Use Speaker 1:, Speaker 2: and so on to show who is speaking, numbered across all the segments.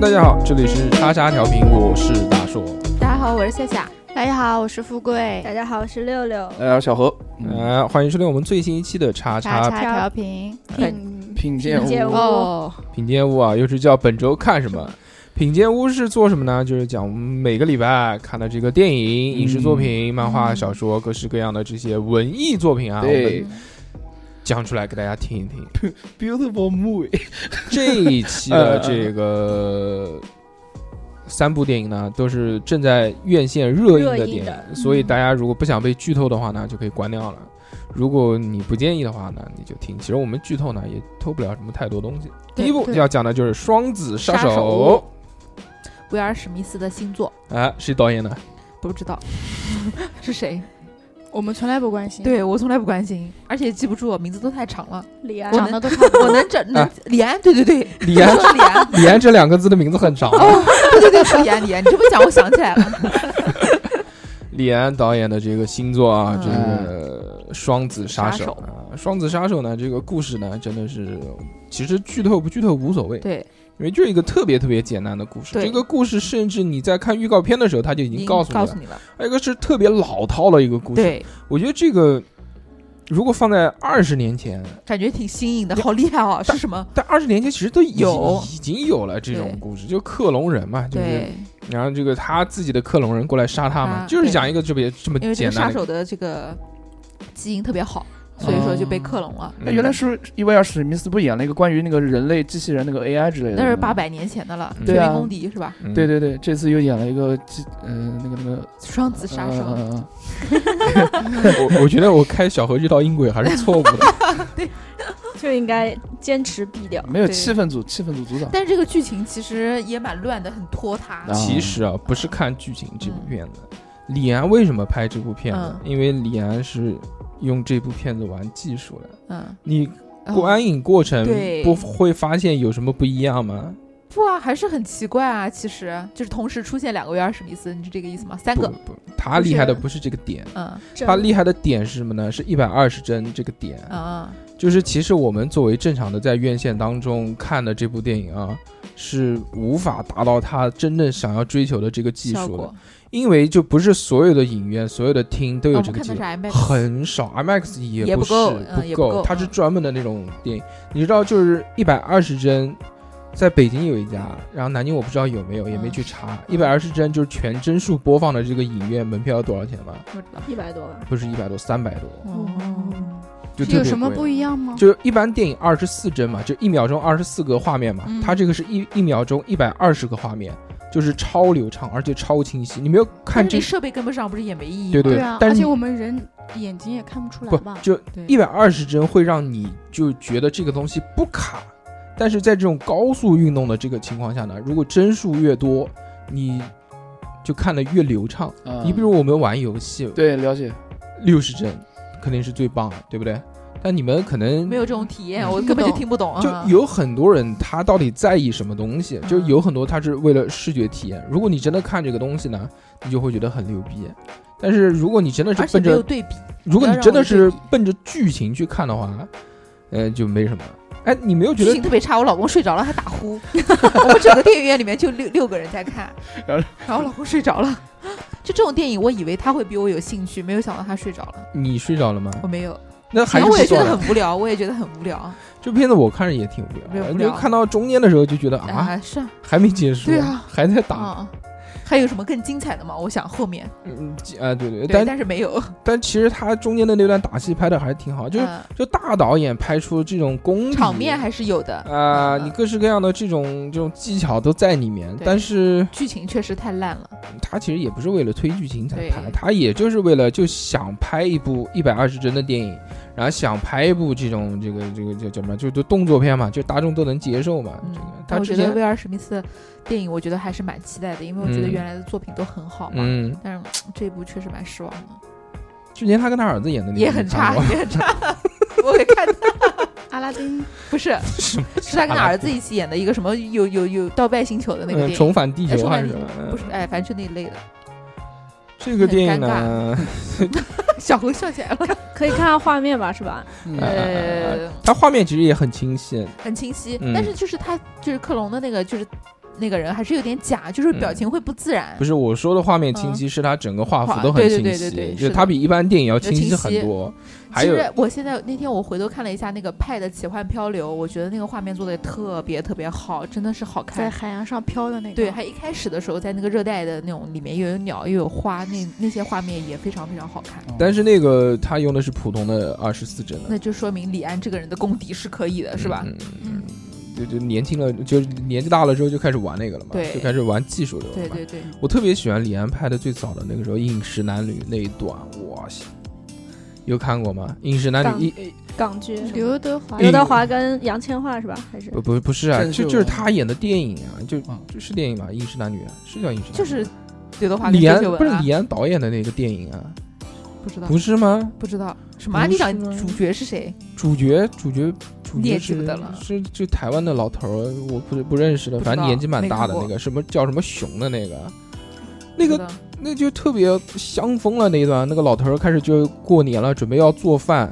Speaker 1: 大家好，这里是叉叉调频，我是大硕。
Speaker 2: 大家好，我是夏夏。
Speaker 3: 大家好，我是富贵。
Speaker 2: 大家好，我是六六。
Speaker 4: 大家好，小何，嗯
Speaker 1: 呃，欢迎收听我们最新一期的叉
Speaker 3: 叉
Speaker 1: 叉
Speaker 3: 叉调频，
Speaker 4: 哎
Speaker 2: 品
Speaker 4: 品鉴
Speaker 2: 品
Speaker 3: 哎
Speaker 2: 鉴
Speaker 4: 屋
Speaker 2: 屋哦，
Speaker 1: 品鉴屋啊，又是叫本周看什
Speaker 4: 嗯
Speaker 1: 么？品鉴屋是做什么呢？就是讲我们每个礼拜看的这个电影、
Speaker 4: 嗯
Speaker 1: 影视作品、漫画、小说，各式各样的这些文艺作品啊，我
Speaker 4: 对
Speaker 1: 们讲出来给大家听一听。
Speaker 4: beautiful movie，
Speaker 1: 这一期的这个三部电影呢，都是正在院线热映的
Speaker 2: 热
Speaker 1: 电
Speaker 2: 映的
Speaker 1: 影，所以大家如果不想被剧透的话呢，就可以关掉了。如果你不介意的话呢，你就听。其实我们剧透呢也透不了什么太多东西。第
Speaker 3: 对
Speaker 1: 一部
Speaker 3: 对
Speaker 1: 要讲的就是《双子杀手》
Speaker 3: 杀手威尔史密斯的新作，
Speaker 1: 哎，谁导演的？
Speaker 3: 不知道 是谁。
Speaker 5: 我们从来不关心。，
Speaker 3: 对我从来不关心，而且记不住，名字都太长了。
Speaker 2: 李安
Speaker 3: 我
Speaker 5: 长
Speaker 3: 能
Speaker 5: 得都差不
Speaker 3: 我
Speaker 5: 多。
Speaker 3: 能整能李安，对对对，
Speaker 1: 李 安，
Speaker 3: 说李安，
Speaker 1: 李安这两个字的名字很长。啊
Speaker 3: 对对对，说李安，李安，你这么讲，我想起来 了。
Speaker 1: 李安导演的这个新作啊，
Speaker 3: 嗯
Speaker 1: 这个《双子杀手》啊，《双子杀手》呢，这个故事呢，真的是，其实剧透不剧透无所谓，
Speaker 3: 对，
Speaker 1: 因为就是一个特别特别简单的故事。
Speaker 3: 对
Speaker 1: 这个故事甚至你在看预告片的时候，他就已
Speaker 3: 已
Speaker 1: 经
Speaker 3: 经
Speaker 1: 告诉你
Speaker 3: 告
Speaker 1: 了。
Speaker 3: 诉你了。
Speaker 1: 还有一个是特别老套的一个故事，
Speaker 3: 对，
Speaker 1: 我觉得这个如果放在二十年前，
Speaker 3: 感觉挺新颖的，好厉害哦！是什么？
Speaker 1: 但二十年前其实都已经
Speaker 3: 有
Speaker 1: 已经有了这种
Speaker 3: 对
Speaker 1: 故事，就克隆人嘛，就是
Speaker 3: 对，
Speaker 1: 然后这个他自己的克隆人过来杀他嘛，
Speaker 3: 啊
Speaker 1: 就是
Speaker 3: 对
Speaker 1: 讲一个特别这么
Speaker 3: 因为这
Speaker 1: 简
Speaker 3: 个
Speaker 1: 单的。
Speaker 3: 杀手的这个基因特别好，所以说就被克隆了。
Speaker 1: 嗯
Speaker 4: 那原来是不是伊威尔史密斯不演了一个关于那个人类机器人那个 AI 之类的？
Speaker 3: 那是八。百年前的了，
Speaker 1: 嗯
Speaker 3: 《绝
Speaker 1: 对
Speaker 4: 啊
Speaker 3: 命公敌》是吧？
Speaker 1: 嗯
Speaker 4: 对对对，这次又演了一个机，呃，那个那个
Speaker 3: 双子杀手，
Speaker 4: 嗯嗯嗯
Speaker 1: 我我觉得我开小何这套音轨还是错误的。
Speaker 2: 就应该坚持毙掉
Speaker 4: 嗯。没有
Speaker 3: 对
Speaker 4: 气氛组，气氛组组长。
Speaker 3: 但是这个剧情其实也蛮乱的，很拖沓。
Speaker 4: 啊
Speaker 1: 其实啊，不是看剧情这部片子，李安为什么拍这部片子？
Speaker 3: 嗯
Speaker 1: 因为李安是用这部片子玩技术的。
Speaker 3: 嗯，
Speaker 1: 你
Speaker 3: 嗯
Speaker 1: 观影过程
Speaker 3: 对
Speaker 1: 不会发现有什么不一样吗？
Speaker 3: 不啊，还是很奇怪啊。其实就是同时出现两个威尔史密斯，你是这个意思吗？三
Speaker 1: 不
Speaker 3: 个，
Speaker 1: 不，他厉害的不是这个点，
Speaker 3: 嗯
Speaker 1: 他厉害的点是什么呢？是一百二十帧这个点。
Speaker 3: 嗯
Speaker 1: 就是其实我们作为正常的在院线当中看的这部电影啊，是无法达到他真正想要追求的这个技
Speaker 3: 嗯，效
Speaker 1: 术的
Speaker 3: 果。。
Speaker 1: 因为就不是所有的影院、所有的厅都有
Speaker 3: 啊哦我
Speaker 1: 这
Speaker 3: 们
Speaker 1: 个
Speaker 3: 看
Speaker 1: 技
Speaker 3: 的是
Speaker 1: 术，
Speaker 3: IMAX，
Speaker 1: 很少，IMAX
Speaker 3: 也
Speaker 1: 不
Speaker 3: 不
Speaker 1: 是
Speaker 3: 够嗯也不够
Speaker 1: 它是
Speaker 3: 嗯
Speaker 1: 专门的那种电影。你知道，就是一百二十帧，在北京有一家，然后南京我不知道有没有，也没
Speaker 3: 嗯
Speaker 1: 去查。一百二十帧就是全帧数播放的这个影院门票要多少钱吗？
Speaker 3: 不知道。
Speaker 2: 一百多吧，
Speaker 1: 不是一百多，三百多，
Speaker 3: 哦，
Speaker 1: 就特别
Speaker 5: 有什么
Speaker 1: 贵
Speaker 5: 不一样吗？
Speaker 1: 就一般电影二十四帧嘛，就一秒钟二十四个画面嘛，
Speaker 3: 嗯
Speaker 1: 它这个是一一秒钟一百二十个画面，就是超流畅，而且超清晰。你没有看
Speaker 3: 但是
Speaker 1: 这
Speaker 3: 你，设备跟不上，不是也没意义吗？
Speaker 1: 对
Speaker 5: 对啊，
Speaker 1: 但
Speaker 5: 而
Speaker 1: 是
Speaker 5: 且
Speaker 1: 你
Speaker 5: 我们人眼睛也看不出来
Speaker 1: 不
Speaker 5: 吧？
Speaker 1: 就
Speaker 3: 对
Speaker 1: 一百二十帧会让你就觉得这个东西不卡，但是在这种高速运动的这个情况下呢，如果帧数越多，你就看得越流畅。
Speaker 4: 嗯
Speaker 3: 啊
Speaker 1: 你比如我们玩游戏，
Speaker 4: 对，了解。
Speaker 1: 六十帧肯定是最棒的，对不对？但你们可能
Speaker 3: 没有这种体验，
Speaker 1: 嗯
Speaker 3: 我根本就听不懂。
Speaker 1: 就
Speaker 3: 嗯
Speaker 1: 有很多人他到底在意什么东西，
Speaker 3: 啊
Speaker 1: 就有很多他是为了视觉体验。如果你真的看这个东西呢，你就会觉得很牛逼。但是如果你真的是
Speaker 3: 而且
Speaker 1: 奔
Speaker 3: 没有
Speaker 1: 着，
Speaker 3: 对比，
Speaker 1: 如果
Speaker 3: 不要
Speaker 1: 你
Speaker 3: 让
Speaker 1: 真的
Speaker 3: 我
Speaker 1: 是
Speaker 3: 对比
Speaker 1: 奔着剧情去看的话，呃，就没什么。哎，你没有觉
Speaker 3: 剧情
Speaker 1: 得
Speaker 3: 特别差，我老公睡着了还打 呼。我们整个电影院里面就六六个人在看，
Speaker 4: 然后
Speaker 3: 然后我老公睡着了。就这种电影，我以为他会比我有兴趣，没有想到他睡着了。
Speaker 1: 你睡着了吗？
Speaker 3: 我没有，
Speaker 1: 那还
Speaker 3: 哦然
Speaker 1: 是
Speaker 3: 后我也
Speaker 1: 睡
Speaker 3: 觉
Speaker 1: 着
Speaker 3: 得
Speaker 1: 了。
Speaker 3: 很无聊，我也觉得很无聊。
Speaker 1: 这片子我看着也挺无
Speaker 3: 没
Speaker 1: 聊
Speaker 3: 有
Speaker 1: 的，哎
Speaker 3: 无
Speaker 1: 就
Speaker 3: 聊
Speaker 1: 看到中间的时候就觉得啊，
Speaker 3: 啊，是啊，
Speaker 1: 还没结束
Speaker 3: 对啊，
Speaker 1: 还在打。
Speaker 3: 嗯，还有什么更精彩的吗？我想后面，
Speaker 1: 嗯，啊，对对，
Speaker 3: 对，
Speaker 1: 但
Speaker 3: 但是没有，
Speaker 1: 但其实他中间的那段打戏拍的还是挺好，就是嗯
Speaker 3: 嗯
Speaker 1: 就大导演拍出这种功底
Speaker 3: 场面还是有的
Speaker 1: 啊、
Speaker 3: 嗯
Speaker 1: 你各式各样的这种这种技巧都在里面，
Speaker 3: 对
Speaker 1: 但是
Speaker 3: 剧情确实太烂了，
Speaker 1: 他其实也不是为了推剧情才
Speaker 3: 对
Speaker 1: 拍，他也就是为了就想拍一部一百二十帧的电影，然后想拍一部这种这个这个叫叫什么，就就动作片嘛，就大众都能接受嘛。
Speaker 3: 嗯
Speaker 1: 这个，他
Speaker 3: 但我
Speaker 1: 之
Speaker 3: 觉得
Speaker 1: 前
Speaker 3: 威尔史密斯的电影，我觉得还是蛮期待的，因为我觉得
Speaker 1: 嗯
Speaker 3: 原来的作品都很好嘛，
Speaker 1: 嗯，
Speaker 3: 但是嗯这一部确实蛮失望的。
Speaker 1: 之前他跟他儿子演的那个
Speaker 3: 也很差，
Speaker 1: 你 看过
Speaker 3: 也很差。我也看他
Speaker 5: 阿拉丁，
Speaker 3: 不是，
Speaker 1: 什么
Speaker 3: 是他跟他儿子一起演的一个什么有有有到外星球的那个电
Speaker 1: 嗯，
Speaker 3: 影，
Speaker 1: 重返地
Speaker 3: 哎
Speaker 1: 球
Speaker 3: 重
Speaker 1: 还
Speaker 3: 返
Speaker 1: 是
Speaker 3: 地
Speaker 1: 什么？
Speaker 3: 球不是
Speaker 1: 嗯
Speaker 3: 哎，反正就那一类的。
Speaker 1: 这个
Speaker 3: 很
Speaker 1: 电影
Speaker 3: 尴
Speaker 1: 呢，
Speaker 3: 小猴笑起来了，
Speaker 2: 可以看看画面吧，是吧？
Speaker 4: 嗯
Speaker 1: 哎
Speaker 3: 呃，
Speaker 1: 它画面其实也很清晰，
Speaker 3: 很清晰
Speaker 1: 嗯，
Speaker 3: 但是就是他就是克隆的那个就是那个人还是有点假，就是表情会不自然。
Speaker 1: 不是我说的画面清晰，是它整个画幅都很
Speaker 3: 嗯画对
Speaker 1: 清
Speaker 3: 对
Speaker 1: 晰，
Speaker 3: 对对对
Speaker 1: 就是
Speaker 3: 是
Speaker 1: 它
Speaker 3: 的
Speaker 1: 比一般电影要清
Speaker 3: 清
Speaker 1: 晰
Speaker 3: 晰
Speaker 1: 很多。还
Speaker 3: 其
Speaker 1: 有
Speaker 3: 实我现在那天我回头看了一下那个《派的奇幻漂流》，我觉得那个画面做的也特别特别好，真的是好
Speaker 5: 在
Speaker 3: 看。
Speaker 5: 海洋上飘的那个，
Speaker 3: 对，还一开始的时候，在那个热带的那种里面又有鸟又有花，那那些画面也非常非常好看。
Speaker 1: 但是那个它用的是普通的二十四帧的，
Speaker 3: 那就说明李安这个人的功底是可以的，是吧？
Speaker 1: 嗯，嗯就就年轻了，就年纪大了之后就开始玩那个了嘛，
Speaker 3: 对
Speaker 1: 就开始玩技术流了嘛。
Speaker 3: 对对对，
Speaker 1: 我特别喜欢李安拍的最早的那个时候《饮食男女》那一段，哇塞，有看过吗？《饮食男
Speaker 2: 当
Speaker 1: 女》一
Speaker 2: 港剧什么
Speaker 5: 刘德华
Speaker 1: 嗯
Speaker 2: 刘德华跟杨千嬅是吧？还是
Speaker 1: 不不不是啊，
Speaker 4: 郑
Speaker 1: 就
Speaker 4: 秀
Speaker 1: 就是
Speaker 4: 文
Speaker 1: 他演的电影啊，就
Speaker 4: 嗯
Speaker 1: 就是电影吧，《饮食男女》啊，是叫《饮食男女》，
Speaker 3: 就是刘德华跟
Speaker 1: 李
Speaker 3: 郑
Speaker 1: 安
Speaker 3: 秀文
Speaker 1: 不是
Speaker 3: 啊嗯
Speaker 1: 李安导演的那个电影啊，
Speaker 3: 不知道
Speaker 1: 不是吗？
Speaker 3: 不知道什么啊？
Speaker 1: 不
Speaker 3: 你想
Speaker 1: 是吗
Speaker 3: 主角是谁？
Speaker 1: 主角主角主
Speaker 3: 你
Speaker 1: 角
Speaker 3: 也
Speaker 1: 是
Speaker 3: 记不得了
Speaker 1: 是就台湾的老头儿，我不不认识的，
Speaker 3: 不知
Speaker 1: 反正
Speaker 3: 道
Speaker 1: 年纪蛮
Speaker 3: 没
Speaker 1: 大
Speaker 3: 看
Speaker 1: 的
Speaker 3: 过
Speaker 1: 那个，什么叫什么熊的那个，那
Speaker 3: 不
Speaker 1: 个
Speaker 3: 知道
Speaker 1: 那就特别香疯了那一段，那个老头儿开始就过年了，准备要做饭，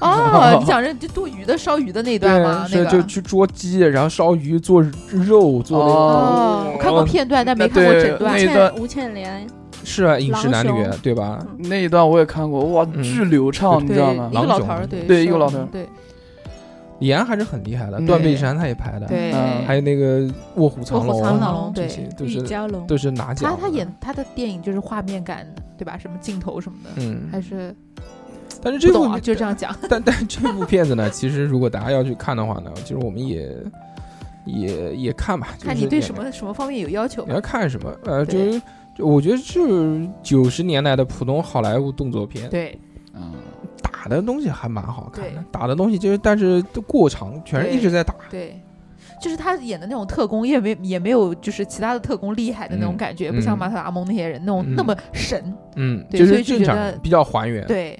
Speaker 3: 哦，你想着就剁鱼的、烧鱼的那一
Speaker 1: 对
Speaker 3: 段吗，？那
Speaker 1: 是
Speaker 3: 个
Speaker 1: 就去捉鸡，然后烧鱼做肉做那个，
Speaker 3: 哦，我看过片段，但没看过
Speaker 4: 对
Speaker 3: 整段
Speaker 4: 那
Speaker 2: 吴
Speaker 4: 一
Speaker 2: 倩
Speaker 4: 段
Speaker 2: 吴倩莲
Speaker 1: 是啊，饮食男女
Speaker 2: 狼
Speaker 1: 对吧？
Speaker 4: 那一段我也看过，哇，
Speaker 1: 嗯
Speaker 4: 巨流畅，你
Speaker 3: 对，
Speaker 4: 知道吗
Speaker 3: 一？个老头
Speaker 1: 狼
Speaker 3: 儿，
Speaker 1: 囧
Speaker 3: 对
Speaker 4: 对一个
Speaker 3: 是
Speaker 4: 老头儿
Speaker 3: 对
Speaker 5: 嗯
Speaker 1: 李安还是很厉害的，
Speaker 4: 嗯
Speaker 1: 断背山他也拍的，
Speaker 3: 对
Speaker 4: 嗯
Speaker 1: 还有那个卧虎
Speaker 3: 卧
Speaker 1: 藏
Speaker 3: 虎
Speaker 1: 龙
Speaker 3: 藏
Speaker 1: 啊，
Speaker 3: 龙，
Speaker 1: 这
Speaker 3: 对，
Speaker 1: 些都
Speaker 5: 玉
Speaker 1: 是
Speaker 5: 娇龙，
Speaker 1: 都是拿奖
Speaker 3: 他
Speaker 1: 的。
Speaker 3: 他演他的电影就是画面感，对吧？什么镜头什么的，
Speaker 1: 嗯，
Speaker 3: 还是
Speaker 1: 但是
Speaker 3: 不
Speaker 1: 这
Speaker 3: 懂
Speaker 1: 部
Speaker 3: 啊，就这样讲。
Speaker 1: 但但这部片子呢，其实如果大家要去看的话呢，其实我们也也也看吧，就是
Speaker 3: 看你对
Speaker 1: 也
Speaker 3: 什么什么方面有要求
Speaker 1: 你
Speaker 3: 吧
Speaker 1: 要看什么，呃，就
Speaker 3: 对
Speaker 1: 是就我觉得就是九十年代的普通好莱坞动作片，
Speaker 3: 对
Speaker 4: 嗯，
Speaker 1: 打的东西还蛮好看的
Speaker 3: 对，
Speaker 1: 打的东西就是但是都过长，全是一直在打，
Speaker 3: 对，就是他演的那种特工，也没也没有就是其他的特工厉害的那种
Speaker 1: 嗯
Speaker 3: 感觉，
Speaker 1: 嗯
Speaker 3: 不像马特达蒙那些人那种
Speaker 1: 嗯
Speaker 3: 那么神。
Speaker 1: 嗯，
Speaker 3: 对
Speaker 1: 就是
Speaker 3: 所以就
Speaker 1: 正常
Speaker 3: 觉得
Speaker 1: 比较还原，
Speaker 3: 对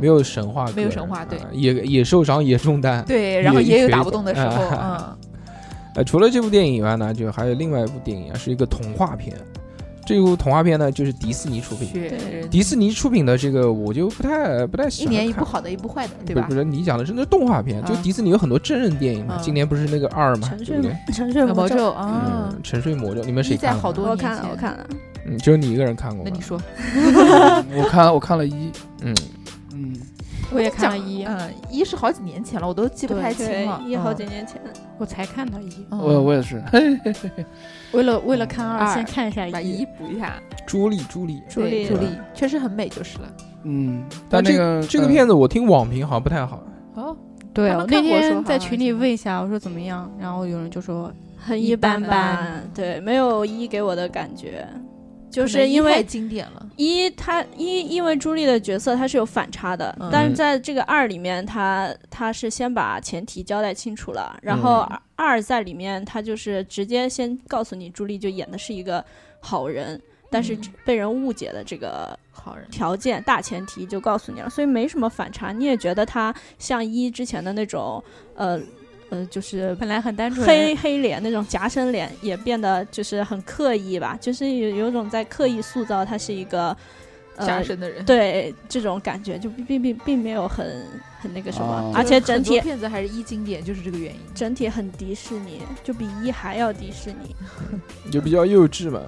Speaker 1: 没有神话个人，
Speaker 3: 没有神话对
Speaker 1: 啊也也受伤也中弹。
Speaker 3: 对，然后
Speaker 1: 也
Speaker 3: 也有
Speaker 1: 也
Speaker 3: 打
Speaker 1: 有
Speaker 3: 不动的时候，
Speaker 1: 啊
Speaker 3: 嗯，
Speaker 1: 呃，除了这部电影以外呢，就还有另外一部电影啊，是一个童话片，这部童话片呢就是迪士尼出品的。
Speaker 3: 雪人
Speaker 1: 迪士尼出品的这个我就不太不太喜
Speaker 3: 一
Speaker 1: 欢
Speaker 3: 年一部
Speaker 1: 看
Speaker 3: 好的，一部坏的，对
Speaker 1: 不是
Speaker 3: 吧
Speaker 1: 不？是你讲的真的动画片，就
Speaker 3: 啊
Speaker 1: 迪士尼有很多真人电影嘛，
Speaker 3: 嗯
Speaker 1: 今年不是那个二嘛，
Speaker 2: 沉
Speaker 1: 对
Speaker 2: 睡
Speaker 1: 不对？
Speaker 2: 沉睡魔
Speaker 3: 魔
Speaker 2: 咒，
Speaker 3: 咒啊，
Speaker 1: 嗯，沉睡魔咒，你们谁
Speaker 3: 一在
Speaker 1: 看了？
Speaker 3: 好多
Speaker 2: 我
Speaker 3: 年
Speaker 2: 看了
Speaker 3: 前
Speaker 2: 我看了，
Speaker 1: 嗯，只有你一个人看过
Speaker 3: 那
Speaker 1: 吗
Speaker 3: 你？说，
Speaker 4: 我看我看了一，
Speaker 1: 嗯，
Speaker 4: 嗯，
Speaker 5: 我也看了
Speaker 3: 讲
Speaker 5: 一，
Speaker 3: 嗯，一是好几年前了，我都记不
Speaker 5: 对
Speaker 3: 太清
Speaker 2: 对
Speaker 3: 了，，
Speaker 2: 也好
Speaker 3: 嗯
Speaker 2: 几年前，
Speaker 5: 我才看到一，
Speaker 3: 嗯
Speaker 4: 我我也是，
Speaker 5: 为了为了看二，
Speaker 3: 二
Speaker 5: 先看一下
Speaker 3: 把
Speaker 5: 一
Speaker 3: 一，补一下，
Speaker 1: 朱莉，朱莉。
Speaker 2: 朱
Speaker 3: 对
Speaker 2: 莉
Speaker 3: 朱莉确实很美就是了。
Speaker 4: 嗯，但那个
Speaker 1: 这个片子我听网评好像不太好，
Speaker 3: 哦，
Speaker 5: 对啊
Speaker 3: 他
Speaker 5: 我
Speaker 3: 们
Speaker 5: 那
Speaker 3: 看过说
Speaker 5: 天
Speaker 3: 好
Speaker 5: 在
Speaker 3: 像
Speaker 5: 群
Speaker 3: 是
Speaker 5: 里问一下，我说怎么样，然后有人就说
Speaker 2: 很
Speaker 5: 一般般
Speaker 2: 般，对，没有一给我的感觉，就
Speaker 3: 就是
Speaker 2: 因
Speaker 3: 太
Speaker 2: 为
Speaker 3: 经典了，
Speaker 2: 一她一因为朱莉的角色她是有反差的，
Speaker 3: 嗯
Speaker 2: 但是在这个二里面，她她是先把前提交代清楚了，然后
Speaker 3: 嗯
Speaker 2: 二在里面她就是直接先告诉你朱莉就演的是一个好人，但是
Speaker 3: 嗯
Speaker 2: 被人误解的这个
Speaker 3: 好人。
Speaker 2: 条件大前提就告诉你了，所以没什么反差，你也觉得她像一之前的那种呃呃就是
Speaker 5: 本来很单纯，
Speaker 2: 黑黑脸那种夹生脸也变得就是很刻意吧，就是有有种在刻意塑造他是一个，
Speaker 3: 加
Speaker 2: 呃，
Speaker 3: 深的人，
Speaker 2: 对这种感觉就并并并并没有很很那个什么
Speaker 4: 哦，
Speaker 2: 而且整体
Speaker 3: 片子还是一经典，就是这个原因。
Speaker 2: 整体很迪士尼，就比一还要迪士尼，
Speaker 1: 就比较幼稚嘛。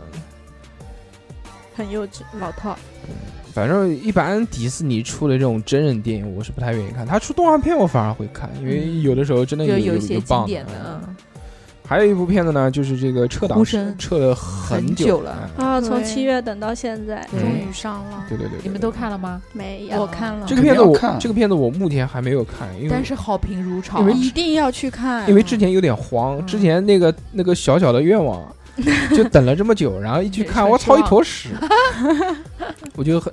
Speaker 2: 很幼稚。
Speaker 3: 老套，
Speaker 1: 反正一般迪士尼出的这种真人电影，我是不太愿意看。他出动画片我反而会看，因为
Speaker 3: 嗯
Speaker 1: 有的时候真的
Speaker 3: 就
Speaker 1: 有啊
Speaker 3: 一些经
Speaker 1: 棒
Speaker 3: 典的，嗯
Speaker 1: 还有一部片子呢，就是这个撤档
Speaker 3: 呼
Speaker 1: 是
Speaker 3: 声
Speaker 1: 撤了很
Speaker 3: 很
Speaker 1: 久
Speaker 3: 久了
Speaker 1: 哎
Speaker 2: 啊，从
Speaker 5: 对
Speaker 2: 七月等到现在
Speaker 5: 终
Speaker 1: 嗯
Speaker 5: 于上了，
Speaker 1: 对对对，对
Speaker 3: 你们都看了吗？
Speaker 2: 没
Speaker 3: 嗯
Speaker 2: 有
Speaker 5: 我看了，
Speaker 1: 这个片子
Speaker 4: 啊肯定要
Speaker 1: 我
Speaker 4: 看
Speaker 1: 这个片子我目前还没有看，因为
Speaker 3: 但是好评如潮啊
Speaker 1: 因，为
Speaker 5: 一定要去看，
Speaker 1: 因为之前有点慌，
Speaker 3: 嗯
Speaker 1: 之前那个那个小小的愿 望，就等了这么久，然后一去看，
Speaker 3: 对
Speaker 1: 我操，一
Speaker 3: 失望
Speaker 1: 坨 屎，我就很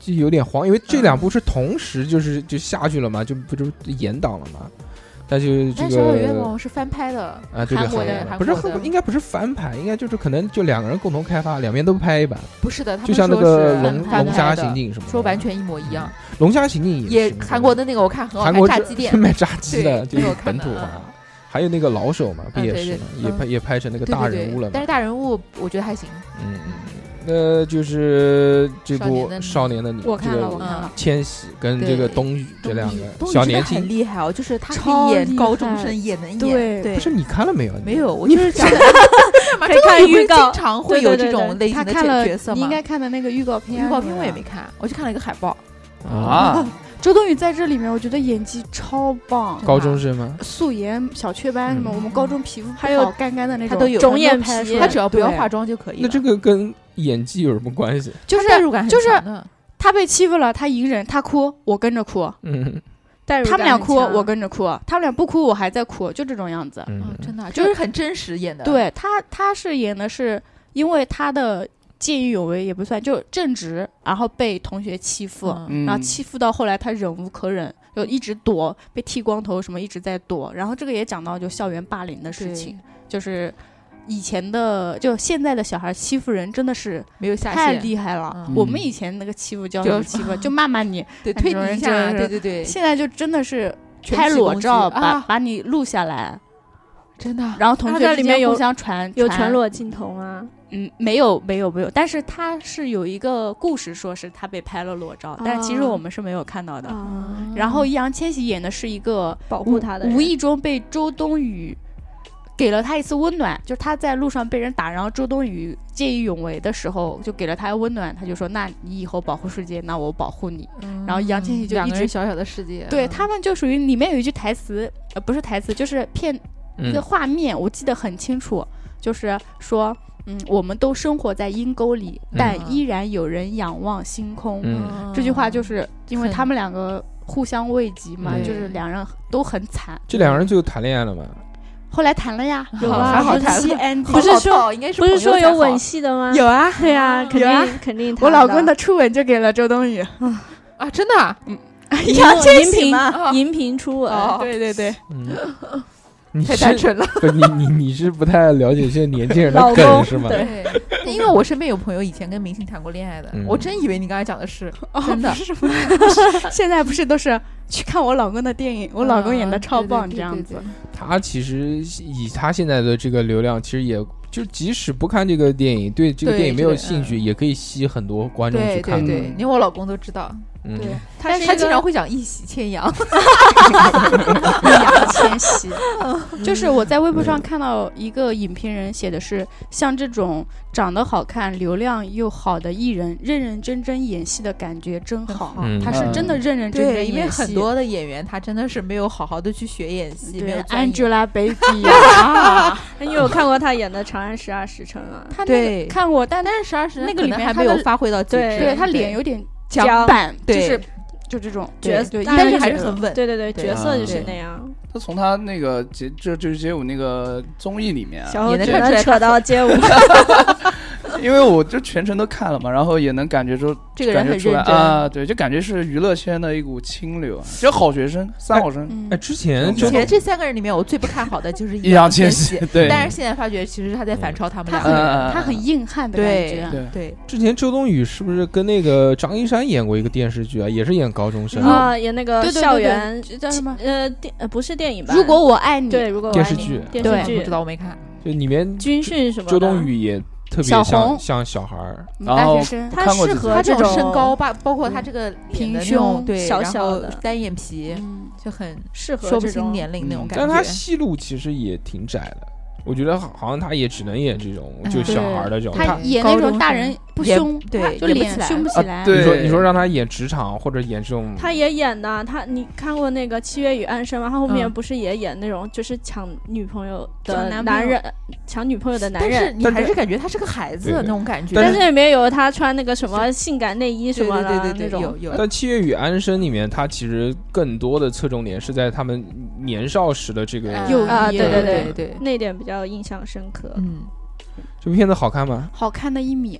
Speaker 1: 就有点慌，因为这两部是同时就是就下去了嘛，就不就延档了嘛，那就这
Speaker 3: 但是《小小愿
Speaker 1: 个
Speaker 3: 望》是翻拍的，
Speaker 1: 啊，对对，
Speaker 5: 韩国的
Speaker 1: 韩
Speaker 3: 韩
Speaker 1: 不是
Speaker 3: 国
Speaker 1: 韩
Speaker 3: 的
Speaker 1: 国，应该不是翻拍，应该就是可能就两个人共同开发，两边都拍一版，
Speaker 3: 不是的，他
Speaker 1: 就
Speaker 3: 们
Speaker 1: 像那
Speaker 3: 说
Speaker 1: 个
Speaker 3: 是
Speaker 1: 《
Speaker 5: 翻
Speaker 1: 龙
Speaker 5: 拍
Speaker 1: 龙
Speaker 5: 的
Speaker 1: 虾刑警》什么的，
Speaker 3: 说完全一模一样，
Speaker 1: 《龙虾刑警》
Speaker 3: 也
Speaker 1: 是
Speaker 3: 韩国的那个我看很好
Speaker 1: 韩
Speaker 3: 看，
Speaker 1: 国
Speaker 3: 哦炸
Speaker 1: 是
Speaker 3: 鸡
Speaker 1: 是
Speaker 3: 店，
Speaker 1: 卖炸鸡
Speaker 3: 对
Speaker 1: 的，就
Speaker 3: 没
Speaker 1: 是
Speaker 3: 有
Speaker 1: 本
Speaker 3: 看
Speaker 1: 土
Speaker 3: 的
Speaker 1: 化
Speaker 3: 嗯。
Speaker 1: 还有那个老手嘛，不
Speaker 3: 嗯
Speaker 1: 也
Speaker 3: 对
Speaker 1: 是
Speaker 3: 对
Speaker 1: 嘛，也
Speaker 3: 嗯
Speaker 1: 拍也拍成那个
Speaker 3: 对
Speaker 1: 大
Speaker 3: 对
Speaker 1: 人物
Speaker 3: 对
Speaker 1: 了，嘛
Speaker 3: 但。是大人物我觉得还行，
Speaker 1: 嗯，嗯那就是这
Speaker 3: 少
Speaker 1: 部
Speaker 3: 年的
Speaker 1: 《
Speaker 3: 你
Speaker 1: 少年的你》，
Speaker 5: 我看
Speaker 1: 这
Speaker 5: 了，
Speaker 1: 个
Speaker 5: 我看了，
Speaker 1: 千玺跟这个冬雨这两个
Speaker 3: 东
Speaker 1: 小
Speaker 3: 宇真的
Speaker 1: 年
Speaker 3: 很
Speaker 1: 轻，
Speaker 3: 厉害哦，就是他可
Speaker 5: 超
Speaker 3: 以演
Speaker 5: 厉
Speaker 3: 高中
Speaker 5: 害
Speaker 3: 生也能演，
Speaker 5: 对
Speaker 3: 对
Speaker 1: 不是你看了没有？
Speaker 3: 没有，我就是讲干嘛
Speaker 2: 可以
Speaker 3: 这个
Speaker 2: 看
Speaker 3: 也不是
Speaker 2: 预告
Speaker 3: 经常会
Speaker 2: 对
Speaker 3: 有
Speaker 2: 对
Speaker 3: 这
Speaker 2: 对
Speaker 3: 种类型
Speaker 5: 他
Speaker 3: 的
Speaker 5: 看
Speaker 3: 角
Speaker 5: 了
Speaker 3: 角色
Speaker 5: 你应
Speaker 3: 吗？
Speaker 5: 该看的那个预告片，
Speaker 3: 预告片我也没。看，我就看了一个海报，哦
Speaker 4: 啊，
Speaker 5: 周冬雨在这里面，我觉得演技超棒，
Speaker 1: 高中生吗？
Speaker 5: 素颜小雀斑什么，
Speaker 1: 嗯
Speaker 5: 我们高中皮肤不
Speaker 2: 还有
Speaker 5: 好干干的那
Speaker 3: 他
Speaker 5: 种，
Speaker 3: 都有
Speaker 2: 肿眼皮
Speaker 5: 拍出
Speaker 2: 对
Speaker 5: 来
Speaker 3: 他只要不要
Speaker 5: 对
Speaker 3: 化妆就可以
Speaker 1: 那
Speaker 3: 了。
Speaker 1: 这个跟演技有什么关系？
Speaker 5: 就
Speaker 3: 他
Speaker 5: 是
Speaker 3: 代入感很
Speaker 5: 就是
Speaker 3: 强的
Speaker 5: 他被欺负了，他隐忍，他哭，我跟着哭，
Speaker 1: 嗯
Speaker 2: 代入
Speaker 5: 他们俩
Speaker 2: 感
Speaker 5: 哭，
Speaker 2: 很强
Speaker 5: 我跟着哭，他们俩不哭，我还在哭，就这种样子。
Speaker 3: 哦
Speaker 1: 嗯，
Speaker 3: 真的啊
Speaker 5: 就
Speaker 3: 就是
Speaker 5: 是
Speaker 3: 很真实演的。，
Speaker 5: 对他，他是演的是因为他的见义勇为也不算，就正直，然后被同学欺负，
Speaker 3: 嗯，
Speaker 4: 嗯
Speaker 5: 然后欺负到后来他忍无可忍，就一直躲，被剃光头什么一直在躲。然后这个也讲到就校园霸凌的事
Speaker 3: 对
Speaker 5: 情，就是以前的就现在的小孩欺负人真的是
Speaker 3: 没有下
Speaker 5: 太
Speaker 3: 限，
Speaker 5: 厉害了。
Speaker 3: 嗯
Speaker 5: 我们以前那个欺负叫
Speaker 3: 就
Speaker 5: 什么欺 负？就骂骂你，
Speaker 3: 对，推
Speaker 5: 那
Speaker 3: 你
Speaker 5: 种
Speaker 3: 一
Speaker 5: 人
Speaker 3: 下，
Speaker 5: 就
Speaker 3: 对对
Speaker 5: 是
Speaker 3: 对，
Speaker 5: 现在就真的是
Speaker 3: 全
Speaker 5: 拍
Speaker 3: 体
Speaker 5: 裸
Speaker 3: 攻击
Speaker 5: 照，把
Speaker 3: 啊，
Speaker 5: 把你录下来，
Speaker 3: 真的啊，
Speaker 5: 然后同
Speaker 2: 他在
Speaker 5: 学
Speaker 2: 里
Speaker 5: 之
Speaker 2: 面
Speaker 5: 间
Speaker 2: 有
Speaker 5: 互相传
Speaker 2: 有全，裸镜头吗？
Speaker 5: 嗯，没有没有没有，但是他是有一个故事，说是他被拍了裸照，但其实
Speaker 2: 哦
Speaker 5: 我们是没有看到的。
Speaker 3: 哦
Speaker 2: 啊，
Speaker 5: 然后易烊千玺演的是一个
Speaker 2: 保
Speaker 5: 无
Speaker 2: 护他的人
Speaker 5: 无意中被周冬雨给了他一次温暖，就是他在路上被人打，然后周冬雨见义勇为的时候就给了他温暖，他就说：“那你以后保护世界，那我保护你。
Speaker 3: 嗯，
Speaker 5: 然后易烊千玺就
Speaker 3: 两
Speaker 5: 一
Speaker 3: 个
Speaker 5: 直
Speaker 3: 人小小的世界，
Speaker 5: 对
Speaker 3: 嗯
Speaker 5: 他们就属于里面有一句台词，呃，不是台词，就是片一个
Speaker 1: 嗯
Speaker 5: 画面，我记得很清楚，就是说，嗯，我们都生活在阴沟里，但
Speaker 3: 嗯
Speaker 5: 依然有人仰望星空。
Speaker 3: 啊
Speaker 1: 嗯，
Speaker 5: 这句话就是因为他们两个互相慰藉嘛，
Speaker 1: 嗯
Speaker 5: 就是两人都很惨，
Speaker 1: 这两个人最后谈恋爱了吗？
Speaker 5: 后来谈了呀，
Speaker 1: 有啊
Speaker 5: 啊，
Speaker 3: 还好
Speaker 5: 谈
Speaker 3: 谈
Speaker 5: 了
Speaker 3: 了
Speaker 5: ending，
Speaker 2: 不是
Speaker 3: 好好
Speaker 2: 说
Speaker 3: 套应该是
Speaker 2: 不是
Speaker 3: 朋友
Speaker 2: 说
Speaker 3: 才
Speaker 2: 有
Speaker 3: 好
Speaker 2: 吻戏的吗？
Speaker 5: 有啊。
Speaker 2: 对呀，肯
Speaker 5: 有啊
Speaker 2: 定肯定谈到。
Speaker 5: 我老公的初吻就给了周冬雨，
Speaker 3: 啊，真的啊，
Speaker 2: 荧
Speaker 5: 杨千
Speaker 2: 荧
Speaker 5: 玺
Speaker 2: 屏
Speaker 5: 嘛，
Speaker 3: 啊
Speaker 2: 荧屏初吻，
Speaker 3: 哦
Speaker 5: 对对对，
Speaker 1: 嗯， 你
Speaker 3: 太
Speaker 1: 是
Speaker 3: 单纯了。
Speaker 1: 不你你你是不太了解现在年轻人的
Speaker 2: 老
Speaker 1: 梗
Speaker 2: 公
Speaker 1: 是吗？
Speaker 2: 对
Speaker 3: 对，因为我身边有朋友以前跟明星谈过恋爱的
Speaker 1: 嗯，
Speaker 3: 我真以为你刚才讲的是真
Speaker 5: 不
Speaker 3: 的，
Speaker 5: 是什么，现在不是都是去看我老公的电影， 我老公演的
Speaker 3: 嗯
Speaker 5: 超
Speaker 3: 对对
Speaker 5: 棒，
Speaker 3: 对
Speaker 5: 这样
Speaker 3: 对
Speaker 5: 子
Speaker 3: 对。
Speaker 1: 他其实以他现在的这个流量，其实也就即使不看这个电影，对这个
Speaker 3: 对
Speaker 1: 电影没有
Speaker 3: 这个
Speaker 1: 兴趣，也可以吸很多观众去
Speaker 3: 对
Speaker 1: 看
Speaker 3: 对
Speaker 1: 的。
Speaker 3: 对，连我老公都知道，
Speaker 1: 嗯，
Speaker 5: 对
Speaker 2: 他是
Speaker 3: 他
Speaker 2: 一
Speaker 3: 经常
Speaker 2: 个
Speaker 3: 会讲一喜千 阳，
Speaker 5: 易烊千玺，就是我在微博上看到一个影评人写的是，像这种长得好看、流量又好的艺人，认认真真演戏的感觉真好。
Speaker 1: 嗯
Speaker 5: 他是真的认认真真演戏，
Speaker 3: 因为很多的演员他真的是没有好好的去学演戏，没有
Speaker 5: 对
Speaker 3: 专业
Speaker 5: Angelababy 啊，
Speaker 2: 你有看过他演的《长安十二时辰》啊吗？
Speaker 5: 他
Speaker 3: 对
Speaker 5: 看过，但
Speaker 3: 但是十二时辰
Speaker 5: 那个
Speaker 3: 可
Speaker 5: 里
Speaker 3: 能
Speaker 5: 面
Speaker 3: 还
Speaker 5: 他
Speaker 3: 没有
Speaker 5: 的
Speaker 3: 发挥到极致，
Speaker 2: 对
Speaker 5: 对他脸有点
Speaker 2: 僵
Speaker 5: 板，就
Speaker 3: 对
Speaker 5: 是就这种
Speaker 2: 角
Speaker 5: 对，对
Speaker 3: 但是还
Speaker 5: 艺
Speaker 3: 是
Speaker 5: 人
Speaker 3: 很稳。
Speaker 2: 对对对，
Speaker 3: 对啊
Speaker 2: 角色就是
Speaker 3: 对
Speaker 2: 那样。
Speaker 4: 他从他那个街，这就是街舞那个综艺里面啊，
Speaker 2: 小
Speaker 3: 也
Speaker 2: 虎
Speaker 3: 能
Speaker 2: 只
Speaker 3: 看出
Speaker 2: 能
Speaker 3: 来
Speaker 2: 扯
Speaker 3: 他
Speaker 2: 到街舞，
Speaker 4: 因为我就全程都看了嘛，然后也能感觉出
Speaker 3: 这个人
Speaker 4: 感
Speaker 3: 很
Speaker 4: 觉
Speaker 3: 认
Speaker 4: 出
Speaker 3: 真
Speaker 4: 来啊，对，就感觉是娱乐圈的一股清流啊，就好学生，三好生，
Speaker 5: 嗯
Speaker 1: 哎，之前
Speaker 4: 以
Speaker 1: 周冬
Speaker 3: 以前这三个人里面，我最不看好的就是
Speaker 4: 易烊千玺，对，
Speaker 3: 但是现在发觉其实他在反超他们
Speaker 5: 他
Speaker 3: 俩
Speaker 5: 很
Speaker 3: 个人。
Speaker 4: 嗯
Speaker 5: 他很硬汉的感
Speaker 3: 呃对
Speaker 5: 觉，啊
Speaker 4: 对
Speaker 3: 对，
Speaker 1: 之前周冬雨是不是跟那个张一山演过一个电视剧啊？也是演高中生啊，
Speaker 2: 啊，演那个
Speaker 5: 对对对
Speaker 2: 校
Speaker 5: 对
Speaker 2: 园
Speaker 5: 这叫什么？
Speaker 2: 呃电呃不是电影吧？
Speaker 5: 如果我爱你，
Speaker 2: 对如果我
Speaker 1: 电
Speaker 2: 爱
Speaker 1: 视
Speaker 2: 你
Speaker 1: 剧
Speaker 2: 电
Speaker 5: 对
Speaker 2: 视
Speaker 3: 不
Speaker 2: 剧
Speaker 3: 知道我没看，
Speaker 1: 就里面
Speaker 2: 军训什么的。
Speaker 1: 周冬雨也特别
Speaker 5: 小
Speaker 1: 像
Speaker 5: 红
Speaker 1: 像小孩儿，
Speaker 5: 嗯
Speaker 4: 然
Speaker 5: 大
Speaker 4: 后
Speaker 5: 学生，
Speaker 2: 他
Speaker 4: 看过
Speaker 2: 适
Speaker 4: 几集
Speaker 2: 合
Speaker 3: 他
Speaker 2: 这
Speaker 3: 这种身高，吧，包括他这个脸
Speaker 5: 平
Speaker 3: 的那种
Speaker 5: 胸
Speaker 3: 对，
Speaker 2: 小
Speaker 3: 然
Speaker 2: 小
Speaker 3: 后
Speaker 2: 的
Speaker 3: 单眼皮，
Speaker 5: 嗯
Speaker 3: 就很
Speaker 2: 适合
Speaker 3: 说不
Speaker 2: 这
Speaker 3: 清
Speaker 2: 种
Speaker 3: 年龄那种
Speaker 4: 嗯
Speaker 3: 感觉。
Speaker 1: 但是他戏路其实也挺窄的。我觉得好好像他也只能演这种就
Speaker 3: 嗯
Speaker 1: 小孩儿的这种。
Speaker 5: 他
Speaker 3: 对
Speaker 5: 演那
Speaker 3: 高
Speaker 5: 种
Speaker 3: 中
Speaker 5: 大
Speaker 3: 生
Speaker 5: 人不
Speaker 3: 也
Speaker 5: 凶，
Speaker 3: 对
Speaker 5: 他就
Speaker 3: 也不
Speaker 5: 脸
Speaker 3: 起来
Speaker 5: 凶不起来。
Speaker 4: 对
Speaker 1: 你说你说让他演职场或者演这种，
Speaker 2: 他也演的，他你看过那个《七月与安生》吗？他后面
Speaker 3: 嗯
Speaker 2: 不是也演那种就是抢女朋友
Speaker 5: 抢
Speaker 2: 的
Speaker 5: 男朋
Speaker 2: 男
Speaker 5: 友
Speaker 2: 人，抢女朋友的男
Speaker 3: 但是
Speaker 2: 人。
Speaker 3: 你
Speaker 1: 但
Speaker 3: 还
Speaker 1: 是
Speaker 3: 是感觉他是个孩子
Speaker 1: 对
Speaker 3: 的
Speaker 1: 对
Speaker 3: 那种感觉。
Speaker 1: 但
Speaker 2: 但
Speaker 1: 是
Speaker 2: 是里面有他穿那个什么性感内衣什
Speaker 3: 对
Speaker 2: 么
Speaker 3: 对
Speaker 2: 的
Speaker 3: 对
Speaker 2: 那
Speaker 3: 对对，有
Speaker 2: 种，
Speaker 3: 有。
Speaker 1: 但《七月与安生》里面，他其实更多的侧重点是在他们年少时的这个。
Speaker 3: 呃
Speaker 5: 幼
Speaker 2: 啊
Speaker 5: 一
Speaker 2: 对对
Speaker 3: 对
Speaker 2: 对
Speaker 3: 对，
Speaker 2: 那点比较印象深刻。
Speaker 3: 嗯，
Speaker 1: 这部片子好看吗？
Speaker 5: 好看的一米，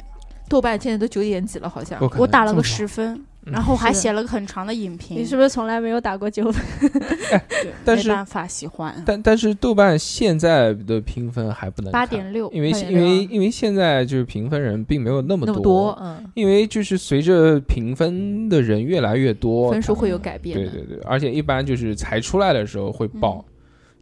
Speaker 3: 豆瓣现在都九点几了，好像
Speaker 1: 不可能
Speaker 5: 我打
Speaker 1: 这
Speaker 5: 了个
Speaker 1: 么好
Speaker 5: 十分，
Speaker 1: 嗯
Speaker 5: 然后我还
Speaker 3: 是
Speaker 5: 写了个很长的影评。
Speaker 2: 你是不是从来没有打过九分？
Speaker 5: 对
Speaker 1: 但
Speaker 5: 没
Speaker 1: 是
Speaker 5: 办法喜欢？
Speaker 1: 但但是豆瓣现在的评分还不能
Speaker 5: 八
Speaker 1: 看
Speaker 5: 点六，
Speaker 1: 因为
Speaker 3: 8.6
Speaker 1: 因为因为现在就是评分人并没有那么
Speaker 3: 啊那么多，嗯，
Speaker 1: 因为就是随着评分的人越来越多，
Speaker 3: 分数
Speaker 1: 他们
Speaker 3: 会有改变
Speaker 1: 对
Speaker 3: 的
Speaker 1: 对对，而且一般就是才出来的时候会报，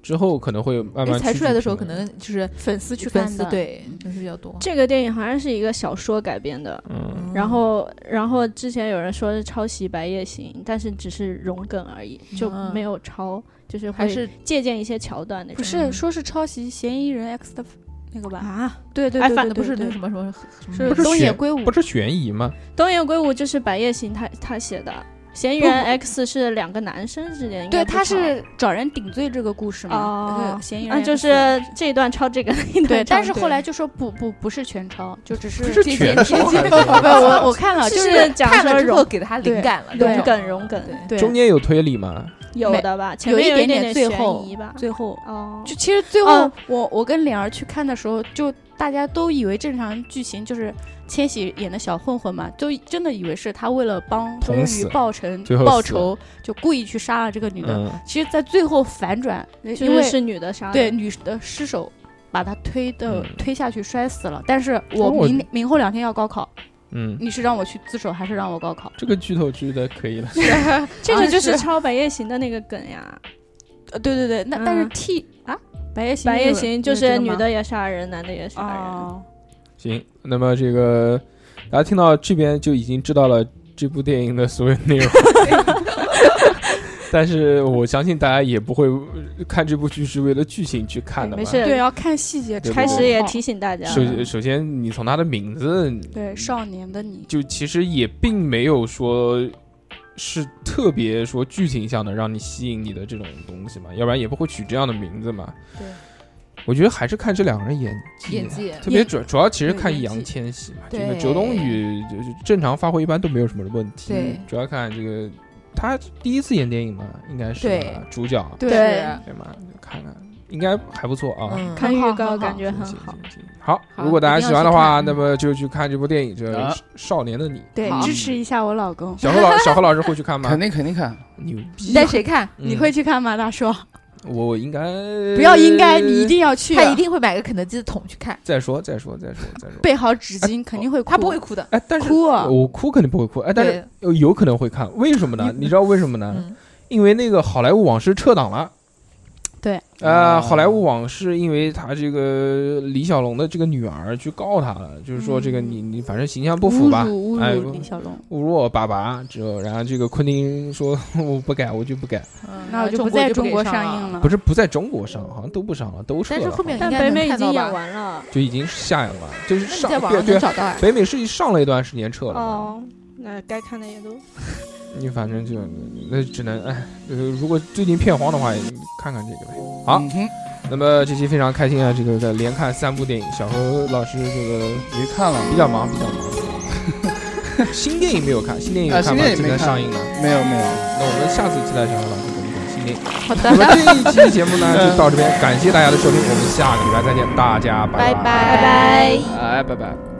Speaker 1: 之后可能会慢慢
Speaker 3: 嗯哎才
Speaker 1: 趋
Speaker 3: 出来
Speaker 1: 近
Speaker 3: 的时候，
Speaker 1: 平
Speaker 3: 可
Speaker 1: 衡
Speaker 3: 能就是
Speaker 5: 粉丝去
Speaker 3: 粉
Speaker 5: 翻
Speaker 3: 丝
Speaker 5: 的，，
Speaker 3: 对粉丝比较多。
Speaker 2: 这个电影好像是一个小说改编的，
Speaker 1: 嗯，
Speaker 2: 然后然后之前有人说是抄袭《白夜行》，但是只是融梗而已，就
Speaker 3: 嗯
Speaker 2: 没有抄，就是
Speaker 3: 还
Speaker 2: 会
Speaker 3: 是
Speaker 2: 借鉴一些桥段那
Speaker 5: 不
Speaker 2: 种。
Speaker 5: 是说是抄袭嫌疑人 X 的那个吧？
Speaker 3: 啊，
Speaker 5: 对对
Speaker 3: 哎，
Speaker 5: 对
Speaker 3: 反
Speaker 5: 对，
Speaker 3: 不是那
Speaker 5: 对
Speaker 3: 个什么什么，什
Speaker 5: 是
Speaker 3: 么
Speaker 1: 不是
Speaker 5: 东野
Speaker 1: 选
Speaker 5: 圭吾
Speaker 1: 不，是悬疑吗？
Speaker 2: 东野圭吾就是《白夜行》他他写的，嫌疑人 X 是两个男生之间应该
Speaker 5: 对，
Speaker 2: 不抄
Speaker 5: 他是找人顶罪这个故事嘛
Speaker 2: 哦，
Speaker 5: 对嫌疑人
Speaker 2: 啊，就
Speaker 5: X
Speaker 2: 是这一段抄这个， 那一
Speaker 5: 嗯对，
Speaker 2: 段抄
Speaker 5: 但是
Speaker 2: 这个
Speaker 5: 后来就说不不不是全抄，就只是啊
Speaker 1: 不是
Speaker 5: 借
Speaker 1: 全抄
Speaker 5: 鉴借鉴
Speaker 1: 还是
Speaker 5: 不不，我我看了，
Speaker 2: 啊是
Speaker 5: 就是
Speaker 2: 讲
Speaker 3: 看
Speaker 2: 说
Speaker 3: 了之
Speaker 2: 融
Speaker 3: 后给他灵感了，
Speaker 2: 融
Speaker 5: 对
Speaker 2: 梗融梗，
Speaker 3: 对
Speaker 5: 对
Speaker 1: 中间有推理吗？
Speaker 2: 有
Speaker 5: 没
Speaker 2: 的吧？前
Speaker 5: 有
Speaker 2: 面
Speaker 5: 一
Speaker 2: 有一
Speaker 5: 点
Speaker 2: 点
Speaker 5: 最
Speaker 2: 悬
Speaker 5: 后
Speaker 2: 疑吧？
Speaker 5: 最后
Speaker 2: 哦，
Speaker 5: 就其实最后
Speaker 2: 哦
Speaker 5: 我我跟脸儿去看的时候，就大家都以为正常剧情就是千玺演的小混混嘛，都真的以为是他为了帮周
Speaker 1: 捅
Speaker 5: 润
Speaker 1: 死
Speaker 5: 宇报仇
Speaker 1: 最后
Speaker 5: 报
Speaker 1: 死
Speaker 5: 仇，就故意去杀了这个女的。
Speaker 1: 嗯，
Speaker 5: 其实，在最后反转，
Speaker 2: 就
Speaker 5: 因
Speaker 2: 是
Speaker 5: 为
Speaker 2: 是女的杀的，
Speaker 5: 对，女的失手把她推的、
Speaker 1: 嗯
Speaker 5: 推下去摔死了。但是我
Speaker 1: 哦我
Speaker 5: 明明后两天要高考，
Speaker 1: 嗯，
Speaker 5: 你是让我去自首还是让我高考？
Speaker 1: 这个剧透剧的可以了。
Speaker 2: 这个
Speaker 5: 啊
Speaker 2: 就是
Speaker 5: 是
Speaker 2: 抄《白夜行》的那个梗呀，
Speaker 5: 呃，对对对，那、但是
Speaker 2: 嗯
Speaker 5: T 啊，白夜
Speaker 2: 《
Speaker 5: 行
Speaker 2: 白夜行》就是女
Speaker 5: 女
Speaker 2: 的也杀人，男的也杀人。
Speaker 5: 哦，
Speaker 1: 行，那么这个大家听到这边就已经知道了这部电影的所有内容， 但是我相信大家也不会呃看这部剧是为了剧情去看的嘛。
Speaker 2: 没事
Speaker 5: 对，要看细节。
Speaker 1: 对
Speaker 2: 开始也
Speaker 5: 哦
Speaker 2: 提醒大家，
Speaker 1: 首首先，你从它的名字，
Speaker 5: 对少年的你，
Speaker 1: 就其实也并没有说是特别说剧情向的让你吸引你的这种东西嘛，要不然也不会取这样的名字嘛。
Speaker 5: 对，
Speaker 1: 我觉得还是看这两个人演技，
Speaker 3: 演技
Speaker 1: 特别
Speaker 5: 演
Speaker 1: 主主要其实
Speaker 5: 对
Speaker 1: 看
Speaker 5: 演
Speaker 1: 易烊
Speaker 5: 技
Speaker 1: 千玺嘛，这
Speaker 3: 对
Speaker 1: 个周冬雨就是正常发挥一般都没有什么问题，
Speaker 3: 对
Speaker 1: 主要看这个他第一次演电影嘛，应该是
Speaker 3: 对
Speaker 1: 吧主角
Speaker 5: 对
Speaker 3: 对
Speaker 1: 对嘛，看看应该还不错啊。
Speaker 3: 嗯
Speaker 2: 看预告
Speaker 5: 很好
Speaker 2: 感觉很
Speaker 1: 行
Speaker 2: 好。。
Speaker 1: 行行好，
Speaker 3: 好
Speaker 1: 如果大家
Speaker 3: 一定
Speaker 1: 喜
Speaker 3: 要
Speaker 1: 欢的
Speaker 3: 去
Speaker 1: 话，
Speaker 3: 看
Speaker 1: 那么就去看这部电影，就是
Speaker 4: 啊
Speaker 1: 《少年的你》。
Speaker 5: 对
Speaker 3: 好，
Speaker 5: 支持一下我老公。
Speaker 1: 小何老小何老师会去看吗？
Speaker 4: 肯定肯定看，
Speaker 1: 牛逼！
Speaker 3: 带谁看？
Speaker 1: 嗯呃
Speaker 5: 你会去看吗，大叔？
Speaker 1: 我我应该
Speaker 5: 不要应该，你一定要去。啊
Speaker 3: 他一定会买个肯德基的桶去看，
Speaker 1: 再说再说再说再说。
Speaker 5: 备好纸巾，肯定会哭。
Speaker 3: 他不会哭的。
Speaker 1: 哎，但是
Speaker 5: 哭啊。
Speaker 1: 啊我哭肯定不会哭，哎，但是
Speaker 3: 对，
Speaker 1: 有有可能会看，为什么呢？你知道为什么呢？
Speaker 3: 嗯，
Speaker 1: 因为那个《好莱坞往事》撤档了。
Speaker 5: 对，
Speaker 1: 呃，《
Speaker 4: 哦
Speaker 1: 好莱坞往事》因为他这个李小龙的这个女儿去告他了，就是说这个
Speaker 3: 嗯
Speaker 1: 你你反正形象不符吧，
Speaker 5: 侮辱
Speaker 1: 哎
Speaker 5: 侮辱李小龙，
Speaker 1: 侮辱我爸爸之后，然后这个昆汀说我不改，我就不改，
Speaker 3: 嗯
Speaker 5: 那我就不
Speaker 3: 国
Speaker 5: 在
Speaker 3: 就不
Speaker 5: 中
Speaker 3: 给
Speaker 5: 国
Speaker 3: 上
Speaker 5: 上映。了。
Speaker 1: 不是不在中国上，好像都不上了，都撤
Speaker 3: 但
Speaker 1: 了
Speaker 3: 是
Speaker 1: 好
Speaker 3: 后
Speaker 1: 像，
Speaker 3: 面应
Speaker 2: 但
Speaker 3: 该
Speaker 2: 北
Speaker 3: 能
Speaker 2: 美已
Speaker 3: 看到
Speaker 2: 经
Speaker 3: 吧
Speaker 2: 演完了
Speaker 1: 就已经下演了，就是
Speaker 3: 那你
Speaker 1: 上
Speaker 3: 在网
Speaker 1: 对
Speaker 3: 上能
Speaker 1: 对
Speaker 3: 找到啊？
Speaker 1: 北美是上了一段时间撤了嘛，
Speaker 2: 哦，那该看的也都
Speaker 1: 你反正就那只能哎，呃，如果最近片荒的话，也看看这个呗。好
Speaker 4: 嗯哼
Speaker 1: 那么这期非常开心啊，这个在连看三部电影，小何老师这个
Speaker 4: 没看了，
Speaker 1: 比较忙，比较忙。 新电影没有看，新电影有
Speaker 4: 啊
Speaker 1: 看
Speaker 4: 新
Speaker 1: 吗？
Speaker 4: 电影
Speaker 1: 正
Speaker 4: 没
Speaker 1: 在
Speaker 4: 看
Speaker 1: 上映了。
Speaker 4: 没有没有。
Speaker 1: 那我们下次期待小何老师给我们讲新电影。
Speaker 5: 好的
Speaker 1: 那么这一期节目呢，就到这边，感谢大家的收听，我们下个礼拜再见，大家拜
Speaker 5: 拜
Speaker 1: 拜
Speaker 5: 拜。
Speaker 4: 哎，拜拜。